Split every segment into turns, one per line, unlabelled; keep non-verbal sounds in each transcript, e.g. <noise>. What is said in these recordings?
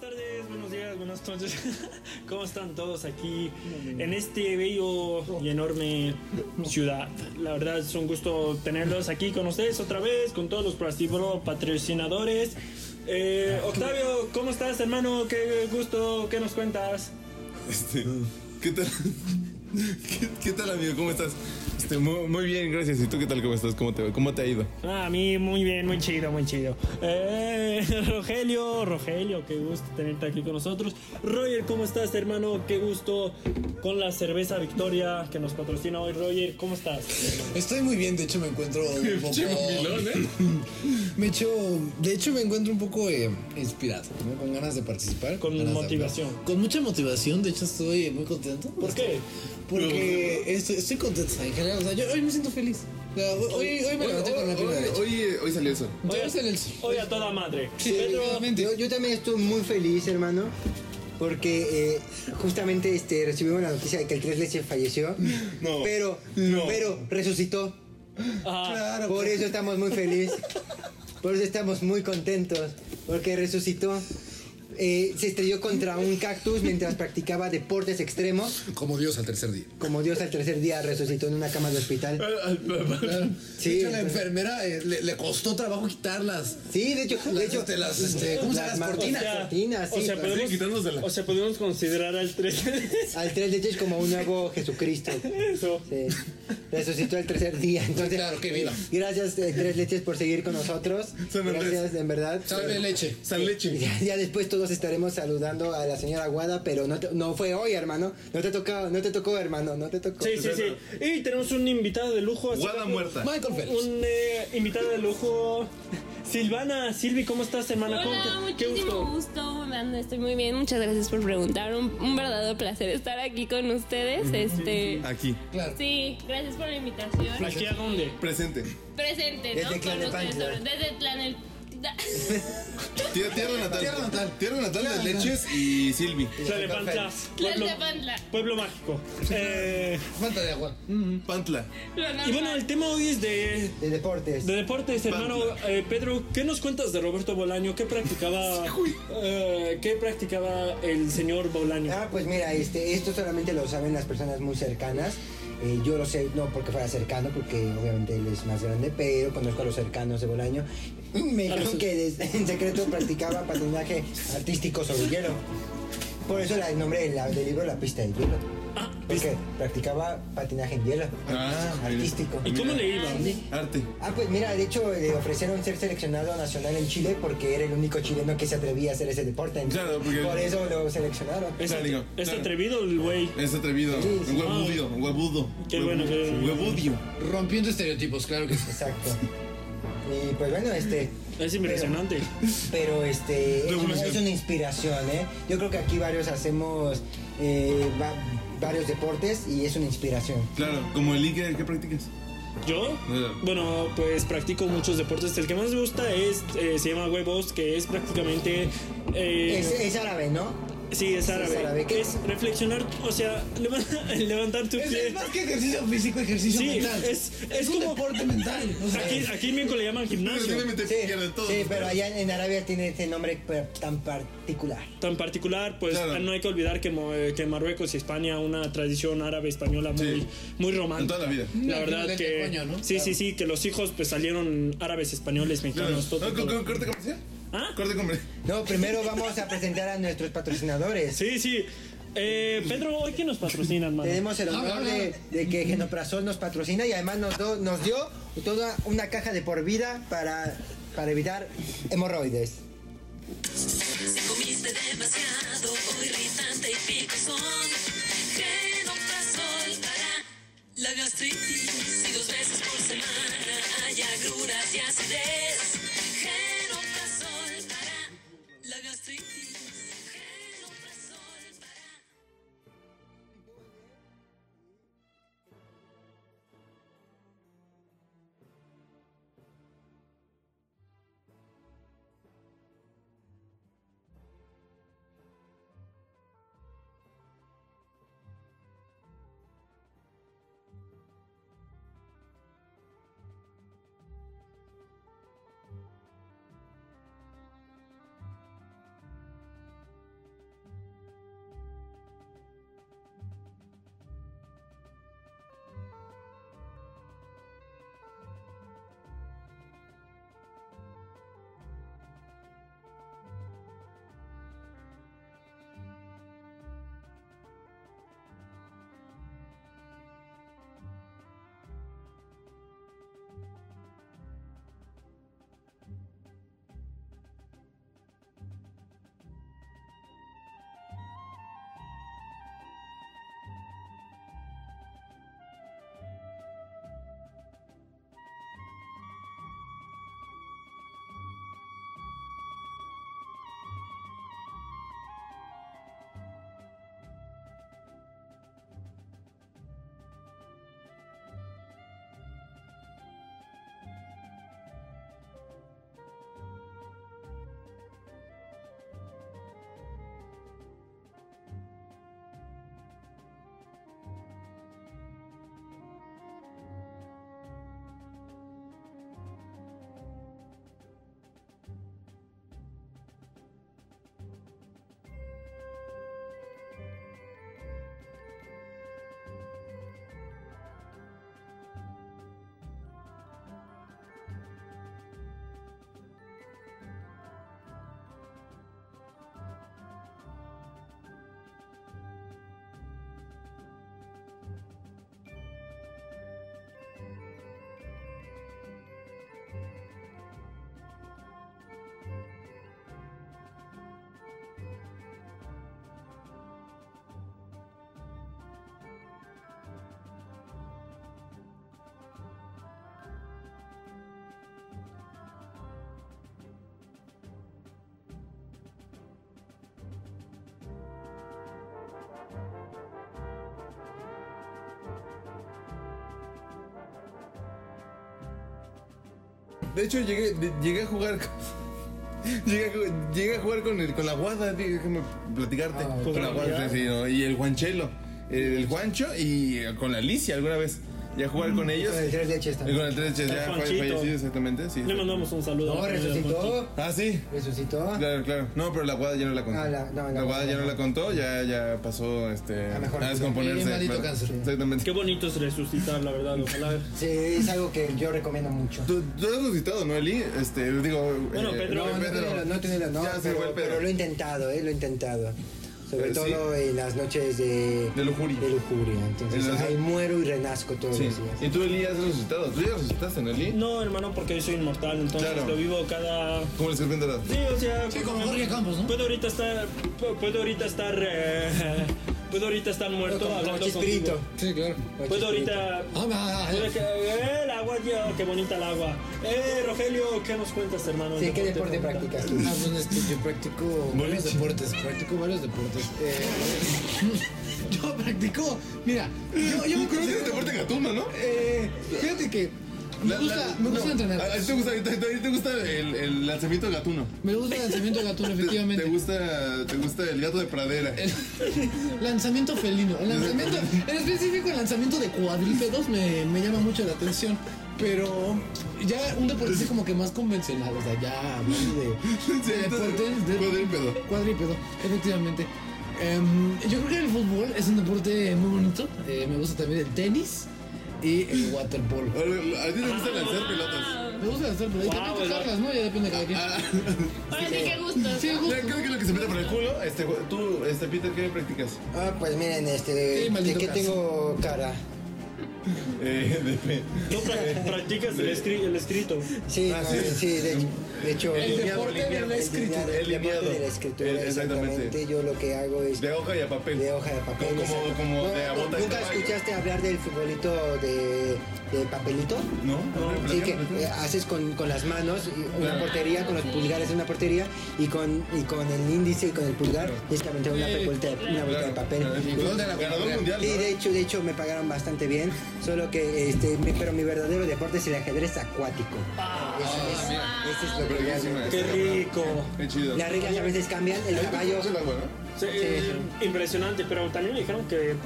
tardes, buenos días, buenas noches. <laughs> ¿Cómo están todos aquí en este bello y enorme ciudad? La verdad es un gusto tenerlos aquí con ustedes otra vez, con todos los prostíbulos patrocinadores. Eh, Octavio, ¿cómo estás, hermano? Qué gusto, ¿qué nos cuentas?
Este,
Mm.
¿qué tal? <laughs> ¿Qué, qué tal, amigo? ¿Cómo estás? Este, muy, muy bien, gracias. ¿Y tú qué tal? ¿Cómo estás? ¿Cómo te, cómo te ha ido?
Ah, a mí muy bien, muy chido, muy chido. Eh, <laughs> Rogelio, Rogelio, qué gusto tenerte aquí con nosotros. Roger, ¿cómo estás, hermano? Qué gusto con la cerveza Victoria que nos patrocina hoy. Roger, ¿cómo estás?
Estoy muy bien, de hecho me encuentro un poco.
Milón, ¿eh?
<laughs> Me echo, de hecho me encuentro un poco eh, inspirado, ¿no? con ganas de participar.
Con
ganas de hablar.
motivación.
con mucha motivación, de hecho estoy muy contento.
¿Por qué?
Porque estoy, estoy contento en general, o sea, yo hoy me siento feliz. O sea, hoy, hoy
Hoy,
me levanté con la pierna
hoy-
derecha.
hoy, eh, hoy salió eso.
Hoy
Oye,
es el- el-
Hoy a toda madre.
Sí,
Pedro,
definitivamente.
Yo, yo también estoy muy feliz, hermano, porque eh, justamente este, recibimos la noticia de que el Tres Leches falleció,
No,
pero,
no.
pero resucitó.
ah,
Claro,
Por eso estamos muy felices, por eso estamos muy contentos, porque resucitó. Eh, se estrelló contra un cactus mientras practicaba deportes extremos.
Como Dios al tercer día.
Como Dios al tercer día resucitó en una cama de hospital.
de hecho,
Sí,
la
entonces-
enfermera eh, le, le costó trabajo quitarlas.
Sí, de hecho, de hecho,
Este, las, este, ¿cómo se llama? Las
ma-
cortinas.
las cortinas,
o
sí.
pues.
sea, podemos,
Sí, quitándosela.
o sea, podemos considerar al <laughs> 3
Al tres leches como un nuevo Jesucristo.
eso.
Sí. Resucitó el tercer día. Entonces,
Claro, que viva.
Gracias, eh, Tres Leches, por seguir con nosotros.
San Andrés.
Gracias, en verdad.
Salve leche.
San leche.
Ya, ya después todos estaremos saludando a la señora Guada, pero no, te- no fue hoy, hermano. No te tocó, no te tocó, hermano, no te tocó.
Sí, sí, sí. Y tenemos un invitado de lujo. así
Guada
que-
muerta.
Michael Phelps.
Un eh, invitado de lujo. <laughs> Silvana, Silvi, ¿cómo estás, hermana? ¿Cómo
Hola,
te- qué
muchísimo
gusto.
gusto. man, Estoy muy bien. Muchas gracias por preguntar. Un, un verdadero placer estar aquí con ustedes. Este,
Aquí,
Claro.
sí, gracias por la invitación.
¿Aquí a dónde?
presente.
Presente,
Desde
¿no? Con
Tlalnepantla.
ustedes. sobre- Desde Tlanel. <laughs>
Tierra, tierra natal.
Tierra natal.
Tierra natal
Tierra
de
natal.
leches y Silvi.
Tlalepantla. Pueblo,
Tlalnepantla.
pueblo mágico.
<laughs>
Eh,
Falta de agua.
Mm.
Pantla.
y bueno, el tema hoy es de,
De deportes.
de deportes, hermano. Eh, Pedro, ¿qué nos cuentas de Roberto Bolaño? ¿Qué
<laughs>
practicaba, eh, ¿qué practicaba el señor Bolaño?
Ah, pues mira, este, esto solamente lo saben las personas muy cercanas. Eh, yo lo sé, no porque fuera cercano, porque obviamente él es más grande, pero conozco a los cercanos de Bolaño. Me dijeron que
<laughs>
des- en secreto practicaba patinaje artístico sobre hielo. Por eso la- el nombre de la- del libro La Pista de Hielo.
Ah,
pues,
Porque practicaba patinaje en hielo.
Ah,
artístico.
¿Y cómo le iba?
Grande.
Arte.
Ah, pues mira, de hecho le ofrecieron ser seleccionado nacional en Chile porque era el único chileno que se atrevía a hacer ese deporte.
Claro, porque-
Por eso lo seleccionaron.
Es,
Claro,
at-
digo,
es
claro.
atrevido el güey.
Es atrevido.
Sí, sí.
Un huevudio. Un huevudo.
Qué bueno, qué bueno.
Huevudio.
Rompiendo estereotipos, claro que sí.
Exacto. Y pues bueno, este.
Es impresionante.
Pero este. Es una,
Revolución.
es una inspiración, ¿eh? Yo creo que aquí varios hacemos eh, va- varios deportes y es una inspiración.
Claro, como el Ike, ¿qué practicas?
Yo,
Yeah.
bueno, pues practico muchos deportes. El que más me gusta es, eh, se llama huevos, que es prácticamente... eh,
Es, es árabe, ¿no?
sí, es árabe.
es
Es,
árabe, ¿qué?
reflexionar, o sea, <laughs> leva- levantar tu
<laughs> Es, es
pie.
más que ejercicio físico, ejercicio
Sí,
mental.
es- es
un
como-
deporte mental. o sea, <laughs>
Aquí, aquí en México le llaman gimnasio.
Posiblemente
Sí,
pierda todo.
sí, pero allá en Arabia tiene ese nombre per- tan particular.
Tan particular, pues
Claro.
no hay que olvidar que, Mo- eh, que Marruecos y España, una tradición árabe española muy,
Sí.
muy
En
romántica.
toda la vida.
La
No,
verdad
del
que...
coño, ¿no?
Sí, sí,
Claro.
sí, que los hijos pues salieron árabes, españoles,
Claro.
mexicanos, todo,
No, con-
todo.
con- corte comercial.
¿Ah?
Corte comercial.
No, primero vamos a presentar a nuestros patrocinadores.
Sí, sí. Eh, Pedro, ¿hoy qué nos patrocinan, mano?
Tenemos el honor de, de que Genoprazol nos patrocina y además nos, do- nos dio toda una caja de por vida para, para evitar hemorroides.
Si comiste demasiado o irritante y picosón, Genoprazol para la gastritis y dos veces por semana hay agruras y acidez. Genoprazol para la gastritis. Genoprazol para...
De hecho, llegué, de- llegué a jugar. con- <laughs> Llegué a, ju- llegué a jugar con, el, con la guada, di- déjame platicarte.
Ah,
con la guada, sí, no, y el guanchelo. El, el guancho y eh, con la Alicia alguna vez. Ya jugar
Mm,
con ellos.
Con el 3DH
Y
también.
con el 3 ya fa-
Juanchito.
fallecido, exactamente. Sí.
Le mandamos un saludo.
No,
a la familia de Juanquito.
resucitó.
Ah, sí.
Resucitó.
Claro, claro. No, pero la guada ya no la contó.
Ah, la- no, la
guada
guada
ya no
no.
la contó, ya, ya pasó este,
A mejor
a descomponerse.
vida. Maldito
claro.
cáncer.
Exactamente.
Qué bonito es resucitar, la verdad. Ojalá.
Sí, es algo que yo recomiendo mucho.
Tú, tú has resucitado, ¿no, Eli? Este, digo.
Bueno, Pedro,
no,
No, no he tenido, no he tenido, no,
Ya se
pero,
fue el Pedro.
pero lo he intentado, eh, lo he intentado. Sobre
Eh, sí.
todo en las noches de,
De lujuria.
de lujuria. Entonces,
En las-
ahí muero y renazco todos
Sí.
los días.
Y tú, Eli, has resucitado. Tú ya resucitaste, ¿no, Eli?
No, hermano, porque yo soy inmortal, entonces
Claro.
lo vivo cada.
Como el escorpión dorado.
Sí, o sea. pues,
Sí, como Jorge Campos, ¿no?
Puedo ahorita estar. pu- Puedo ahorita estar. eh, <laughs> puedo ahorita estar muerto
Como
hablando
Chespirito.
contigo.
Sí, claro.
Puedo ahorita.
Ah, ah, ah,
puedo que- eh, el agua, tío, qué bonita el agua. Eh, Rogelio, ¿qué nos cuentas, hermano?
Sí, ¿qué deporte
favorito?
practicas tú?
Ah, bueno, es que yo practico varios deportes, practico varios deportes. Eh, <laughs> yo practico, mira, yo, yo me
Creo que
considero-
es deporte gatuna, ¿no?
Eh, fíjate que me
La- la-
gusta, me gusta
no, Ah,
entrenar.
A a ti te gusta, a ti te- a ti te gusta el, el lanzamiento gatuno.
Me gusta el lanzamiento de <laughs> gatuno,
Te,
efectivamente.
te gusta, te gusta el gato de pradera.
El lanzamiento felino. El lanzamiento, en específico el lanzamiento de cuadrípedos me, me llama mucho la atención. Pero ya un deporte así como que más convencional, o sea, ya hablando de, de deportes de
Cuadrípedo.
cuadrípedo, efectivamente. Em, yo creo que el fútbol es un deporte muy bonito. Eh, me gusta también el tenis y el waterpolo.
A a ti te gusta lanzar pelotas.
Me gusta hacer pero ahí
Wow,
también
el-
tocarlas, ¿no? Ya depende de cada quien.
Ah, <laughs>
Ahora sí que gusto.
Sí, justo.
ya creo que lo que se mete por el culo, este, tú, este, Peter, ¿qué practicas?
Ah, pues miren, este,
Sí,
¿de
maldito
qué
caso.
tengo cara?
Eh, de fe.
No pra- practicas el, escri- el escrito.
Sí, no,
Ah,
eh,
sí.
sí, de, de hecho...
El
lineado,
deporte de la
lineado,
escritura,
lineado,
el
deporte
lineado.
de la escritura,
El- exactamente.
exactamente. Yo lo que hago es...
De hoja y a papel.
de hoja de papel.
Como-
exacto.
Como, como de a
No,
bota de
¿Nunca
caballo.
escuchaste hablar del futbolito de, de papelito?
No,
No,
no,
Sí, que
platícame,
eh,
platícame.
haces con, con las manos y una
Claro.
portería, con los pulgares en una portería y con, y con el índice y con el pulgar es que aventé una,
Sí,
vuelta de- una vuelta de
Claro,
papel.
claro.
¿Dónde la
Ganador
compré?
mundial.
Sí,
¿no?
de hecho, de hecho me pagaron bastante bien, solo que este, mi- pero mi verdadero deporte es el ajedrez acuático. Eso es, eso es lo que
Verguísima.
realmente-
Qué rico.
Qué chido.
Las reglas a veces cambian, el
Ahí te
caballo...
puse el agua, ¿no?
Sí,
Sí,
Impresionante, pero también me dijeron que el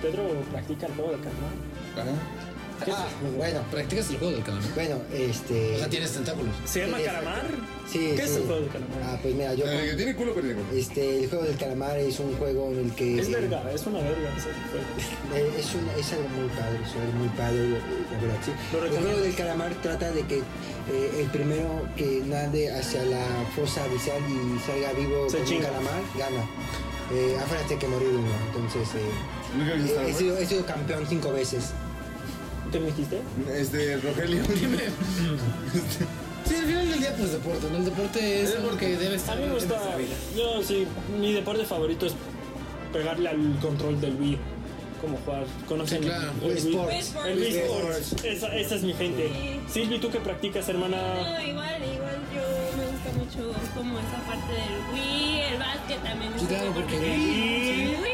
Pedro practica el juego de carnaval.
Ajá.
Ah, bueno,
Practicas el juego del calamar.
bueno, este...
O sea, tienes tentáculos.
¿Se llama
Sí,
calamar?
Sí,
¿Qué es
sí.
el juego de calamar?
Ah, pues mira, yo...
El que tiene culo perdido.
Este, el juego del calamar es un juego en el que...
Es verga, es una verga ese juego.
Eh, es, una- es algo muy padre, es algo muy padre, eh, la verdad, sí.
Lo
El
recomiendo.
juego del calamar trata de que eh, el primero que nade hacia la fosa abisal y salga vivo
Se
con
chinga.
un calamar, gana. Eh, afuera que morir uno, entonces... eh,
No creo que sea
he- he,
bueno.
sido, he sido campeón cinco veces.
¿Qué me dijiste?
Este, Rogelio, <laughs> dime.
Sí, al final del día, pues deporte, ¿no? El deporte es algo que debe estar
A mí me gusta.
en nuestra vida.
Yo sí, mi deporte favorito es pegarle al control del Wii. Como jugar. ¿Conocen
Sí, claro.
el
Wii
Wii?
Pues,
Sports.
El Wii
Wii
Sports. Esa, esa es mi gente. Silvi, ¿tú qué practicas, hermana?
No, igual, igual yo me gusta mucho como esa parte del Wii, el básquet también. me
Sí,
gusta
claro, porque
Sí, Wii.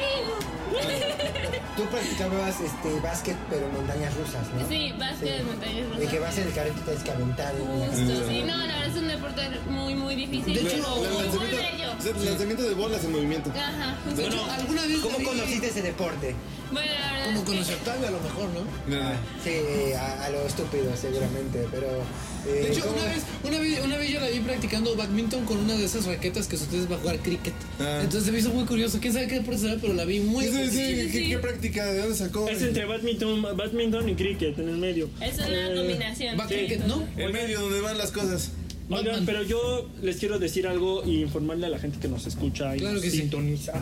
Tú practicabas este, básquet, pero montañas rusas, ¿no?
<laughs> Sí, básquet de montañas
De que
rusas.
vas en el carrete y te descaventar.
Justo, sí, no, la verdad es un deporte muy, muy difícil,
De hecho,
El
pero muy
lanzamiento,
bello.
o sea, el lanzamiento de bolas en movimiento.
Ajá, justo.
Bueno, alguna vez.
¿Cómo
vi-
conociste ese deporte?
Bueno, la verdad
Como
es que-
conocí a Octavio, a lo mejor, ¿no?
Mira,
Sí, eh, a, a lo estúpido seguramente, pero... eh,
De hecho,
¿cómo-
una vez, una, vez, una vez yo la vi practicando badminton con una de esas raquetas que se utiliza para jugar cricket.
Ah.
Entonces se me hizo muy curioso. ¿Quién sabe qué deporte será? Pero la vi muy. pues,
Sí, sí, sí,
sí,
¿qué-
sí.
¿Qué práctica? ¿De dónde sacó?
Es entre badminton, badminton y cricket en el medio.
Es una
Eh,
combinación.
Va cricket, ¿no?
En medio donde van las cosas.
Oigan,
Batman.
pero yo les quiero decir algo y informarle a la gente que nos escucha y
Claro
nos
que sí.
sintoniza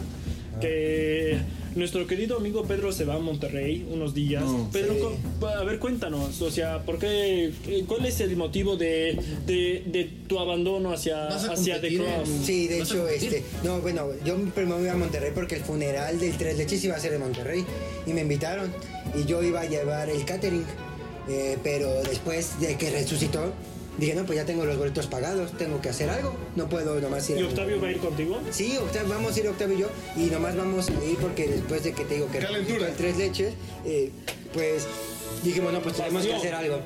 que nuestro querido amigo Pedro se va a Monterrey unos días.
No.
Pedro,
Sí.
co- a ver, cuéntanos, o sea, ¿por qué? eh, ¿Cuál es el motivo de, de- de tu abandono hacia,
¿Vas a
hacia The
competir en-
Cross?
Sí, de
¿Vas a
hecho,
competir?
este, no, bueno, yo primero me iba a Monterrey porque el funeral del Tres Leches iba a ser en Monterrey y me invitaron y yo iba a llevar el catering, eh, pero después de que resucitó, dije, no, pues ya tengo los boletos pagados, tengo que hacer algo, no puedo nomás ir
¿Y
a-
Octavio va a ir contigo?
Sí, Octavio, vamos a ir Octavio y yo y nomás vamos a ir porque después de que te digo que
Calentura.
el tres leches, eh, pues Dijimos, no, pues tenemos que
Vacío.
hacer algo.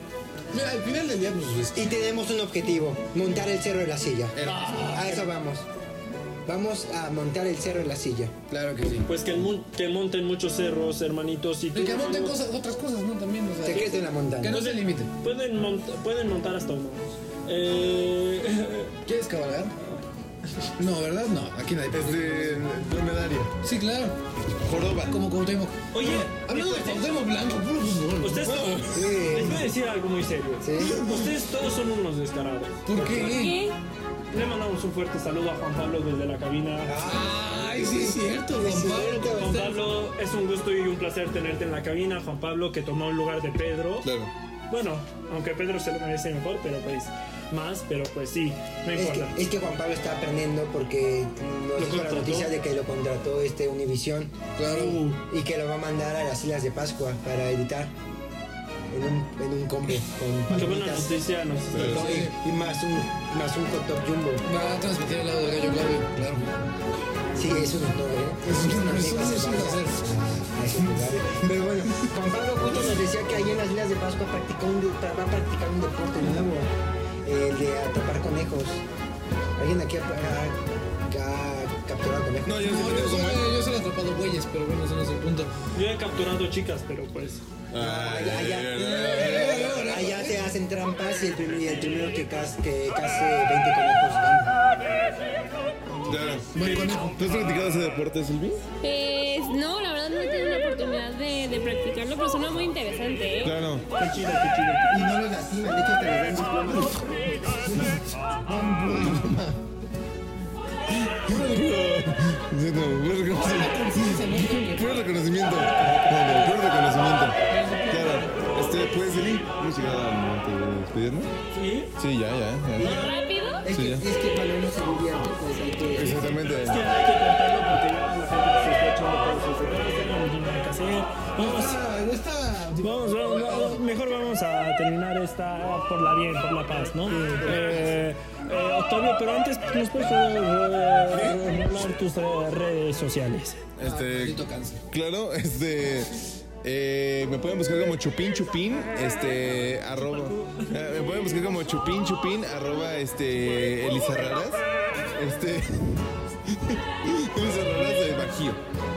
Mira, al final del día, pues, es-
Y tenemos un objetivo, montar el cerro de la silla. A eso vamos. Vamos a montar el cerro de la silla.
claro que sí.
Pues que, el mun- que monten muchos cerros, hermanitos. Y
Y que monten cosas, otras cosas, ¿no? También, o sea,
Secreto en la
que
montaña.
no se limiten.
Pueden, mont- pueden montar hasta humanos. Eh, <laughs>
¿Quieres cabalgar? No, ¿verdad? No, aquí nadie.
Este, dromedario.
Sí, claro,
Joroba.
como Cuauhtémoc.
oye,
Hablando de
este-
Cuauhtémoc Blanco, puro fútbol.
ustedes,
Sí.
les voy a decir algo muy serio.
Sí.
Ustedes todos son unos descarados.
¿Por qué?
¿Qué?
Le mandamos un fuerte saludo a Juan Pablo desde la
Ah,
cabina.
Ay, sí es cierto, Juan Pablo.
este
Juan Pablo, es un gusto y un placer tenerte en la cabina. Juan Pablo, que tomó el lugar de Pedro.
Claro.
Bueno, aunque Pedro se lo merece mejor, pero pues más, pero pues sí, no
Es
importa.
que, es que Juan Pablo está aprendiendo porque nos
¿Lo
dijo la
contrató?
noticia de que lo contrató este Univisión
Claro.
y que lo va a mandar a las Islas de Pascua para editar en un, en un combo con
Qué buena
palomitas.
noticia nos está
Pero-
dando.
Y, y más un más un hot dog jumbo.
Va a transmitir al lado de Gallo Claudio, claro.
Sí, eso es un doble. ¿eh?
Es un-
una
eso
amiga
es
se
un
va
placer.
a- a ese lugar, ¿eh? Pero bueno, Juan Pablo justo nos decía que ahí en las Islas de Pascua practicó un, de- va a practicar un deporte nuevo, el de atrapar conejos. ¿Alguien aquí ha, ha- ha capturado conejos?
No, yo no
No,
sé
yo
cómo es.
solo, yo solo he atrapado bueyes, pero bueno, ese no es el punto.
Yo he capturado chicas, pero pues.
Ay,
Allá, allá.
verdad.
Allá te hacen trampas y el primer- y el primero que, cas- que case 20 conejos gana.
Claro.
Buen conejo.
¿Tú has practicado ese deporte, Silvi?
Pues no, la verdad no he tenido la oportunidad de, de practicarlo, pero suena muy interesante, ¿eh?
Claro.
Qué chido, qué chido. qué
Y no los lastiman, de hecho te les dan diplomas.
Sí, no, puro reconocimiento. Puro reconocimiento. No, no, puro reconocimiento. Claro. Este, ¿Puedes ir? ¿Hemos llegado al momento de despedirnos?
chido.
Sí, ya, ya. ya.
¿Rápido? este,
Es
Sí,
que,
ya.
es que para uno se divierte, pues hay que...
Exactamente.
Sí, hay que contarlo porque ya la gente se está echando por sus detrás, no tiene nada que hacer. Vamos,
Ah, esta-
vamos, vamos, vamos. Mejor vamos a terminar esta por la bien, por la paz, ¿no? Eh, eh, Octavio, pero antes nos puedes eh, revelar tus eh, redes sociales.
Este,
maldito cáncer.
claro, este. eh, me pueden buscar como chupín chupín, este, arroba. eh, me pueden buscar como chupín chupín, arroba, este, Elisa Raras. Este. Elisa Raras de Bajío.
este, oh, este,